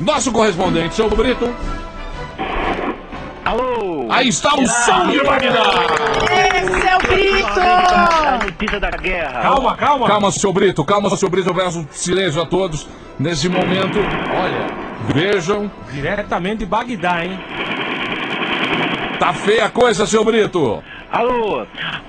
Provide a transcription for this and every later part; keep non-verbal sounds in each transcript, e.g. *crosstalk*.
Nosso correspondente, seu Brito. Alô! Aí está o som de Bagdá. Esse é o A grito! notícia da guerra. Calma, calma. Calma, seu Brito, calma, seu Brito. Eu peço um silêncio a todos nesse momento. Olha, vejam. Diretamente de Bagdá, hein? Tá feia a coisa, seu Brito. Alô!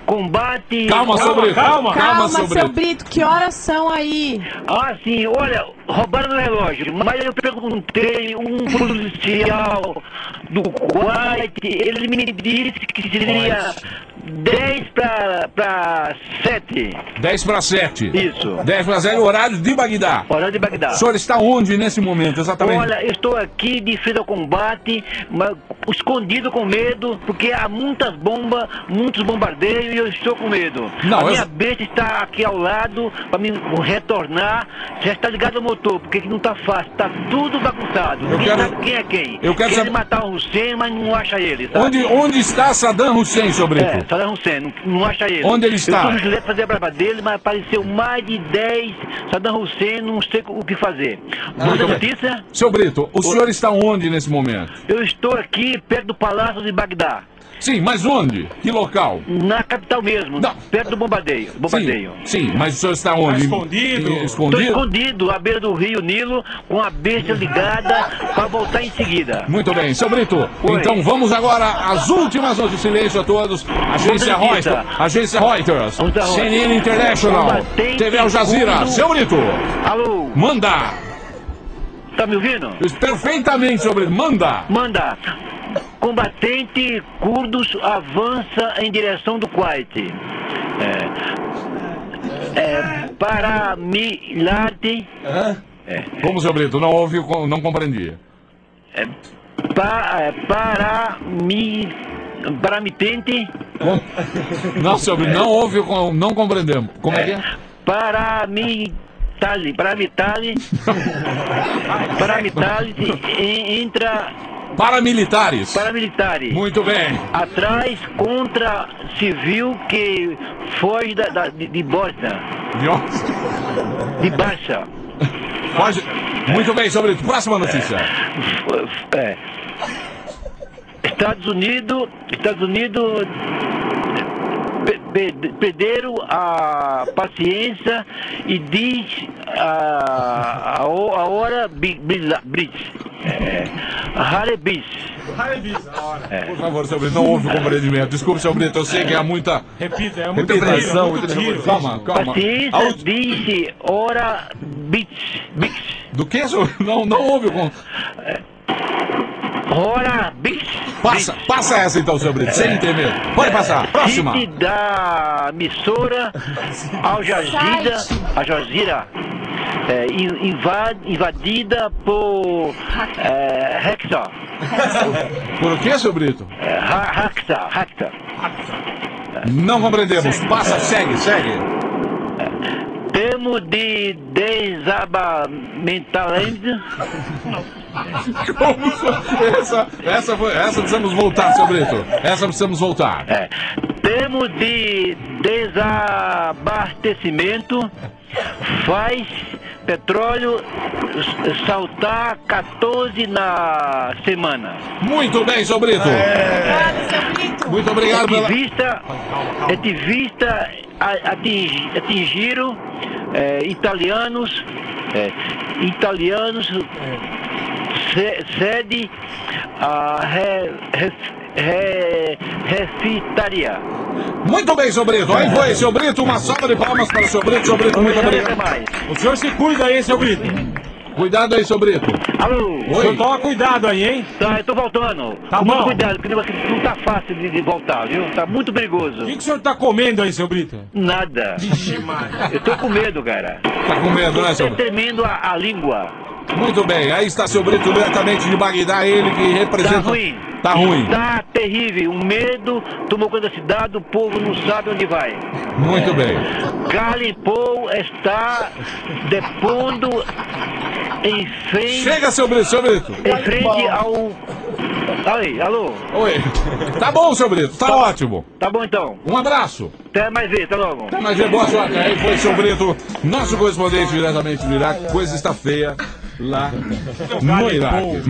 Combate. Ah, Calma, seu Brito. calma. calma Calma, seu seu Brito. Brito, que horas são aí? Ah, sim, olha, roubaram o relógio, mas eu perguntei um policial do Kuwait, ele me disse que seria 10 pra, pra 7. 10 para 7. Isso. 10 para 7, horário de Bagdá. Horário de Bagdá. O senhor está onde nesse momento, exatamente? Olha, eu estou aqui de frente ao combate, mas escondido com medo, porque há muitas bombas, muitos bombardeios e eu estou com medo. Não, a eu- minha besta está aqui ao lado para me retornar. Já está ligado o motor, porque aqui não está fácil, está tudo bagunçado. Eu Ninguém quero- sabe quem é quem. eu quero Querem saber- matar o Hussein, mas não acha ele, sabe? onde, onde está Saddam Hussein, seu Brito? É, Saddam Hussein, não, não acha ele. Onde ele está? Eu fui no Gillette fazer a brava dele, mas apareceu mais de 10 Saddam Hussein, não sei o que fazer. Ah, Manda tudo bem. notícia? Seu Brito, o senhor está onde nesse momento? Eu estou aqui perto do Palácio de Bagdá, Sim, mas onde? Que local? na capital mesmo, Não. perto do bombardeio. bombardeio. Sim, sim, mas o senhor está onde? escondido. Eh, Estou Escondido? escondido à beira do rio Nilo com a besta ligada para voltar em seguida. Muito bem, seu Brito. Oi. Então vamos agora às últimas notícias. Silêncio a todos. Agência Outra Reuters. notícia. Agência Reuters. Outra notícia. CNN International. Combatente TV Al Jazeera. curdo. Seu Brito, Alô, manda. tá me ouvindo? Perfeitamente, seu Brito. Manda. Manda. Combatente curdos avança em direção do Kuwait. É. É, paramilate. Como, seu Brito? Não ouvi, não compreendi. Pa, é, parami, paramitente. Com- Não, seu Brito, não ouvi, não compreendemos. Como é que é? Paramitali, Paramitali, Paramitali e- entra Paramilitares. paramilitares. Muito bem. Atrás contra civil que foge da, da- de, de Bosnia, Nossa. de Baixa. Pode- Muito bem, seu Brito. Próxima notícia. F- f- é. Estados Unidos, Estados Unidos pe- pe- perderam a paciência e diz a, a, ho- a hora bi- bila- bris. É, Harebis. Por favor, seu Brito, não houve compreendimento. Desculpe, seu Brito, eu sei que há muita Repita, é muito interpretação. tiro, muito tiro. Calma, calma. A Paciência ulti- diz hora bits. Bits. Do que, senhor? Não, não houve. com- Hora bits. Passa, passa essa então, seu Brito, sem ter medo. Pode passar. Próxima. Site da emissora Al Jazeera, Al Jazeera é, in- invad- invadida por é, Hexa, Por que, seu Brito? é, Ha- Hexa, Hexa. Não compreendemos. Passa, segue, segue. *laughs* Temos de desabamentamento. Como foi? Essa, essa foi. Essa precisamos voltar, seu Brito. Essa precisamos voltar. É, temos de desabastecimento. Faz petróleo s- saltar 14 na semana. Muito bem, seu Brito. Muito obrigado pela- Ativista, ativista a- atingi- atingiram é, italianos, é, italianos se- sede a re, ref- re- refitaria. Muito bem, seu Brito. Aí foi, seu Brito. Uma salva de palmas para o seu Brito. Seu é Brito, muito Obrigado, obrigado. até mais. O senhor se cuida aí, seu Brito. Cuidado aí, seu Brito. Alô, Oi. Toma cuidado aí, hein? tá, eu tô voltando. Tá muito bom. cuidado, porque o negócio não tá fácil de, de voltar, viu? Tá muito perigoso. O que, que o senhor tá comendo aí, seu Brito? Nada. Eu tô com medo, cara. Tá com medo, né, seu Então. Tô Brito? tremendo a, a língua. Muito bem. Aí está seu Brito diretamente de Bagdá, ele que Tá representa. ruim. Tá ruim. Tá terrível. O medo tomou conta da cidade, o povo não sabe onde vai. Muito bem. Carlin Paul está depondo em frente, Chega, seu Brito, seu Brito. em frente ao. Aí, alô? Oi. Tá bom, seu Brito. Tá ótimo. Tá bom então. Um abraço. Até mais ver, tá até logo. Mas é boa sorte. Aí foi, seu Brito. Nosso correspondente diretamente do Iraque. Coisa está feia lá é no Iraque.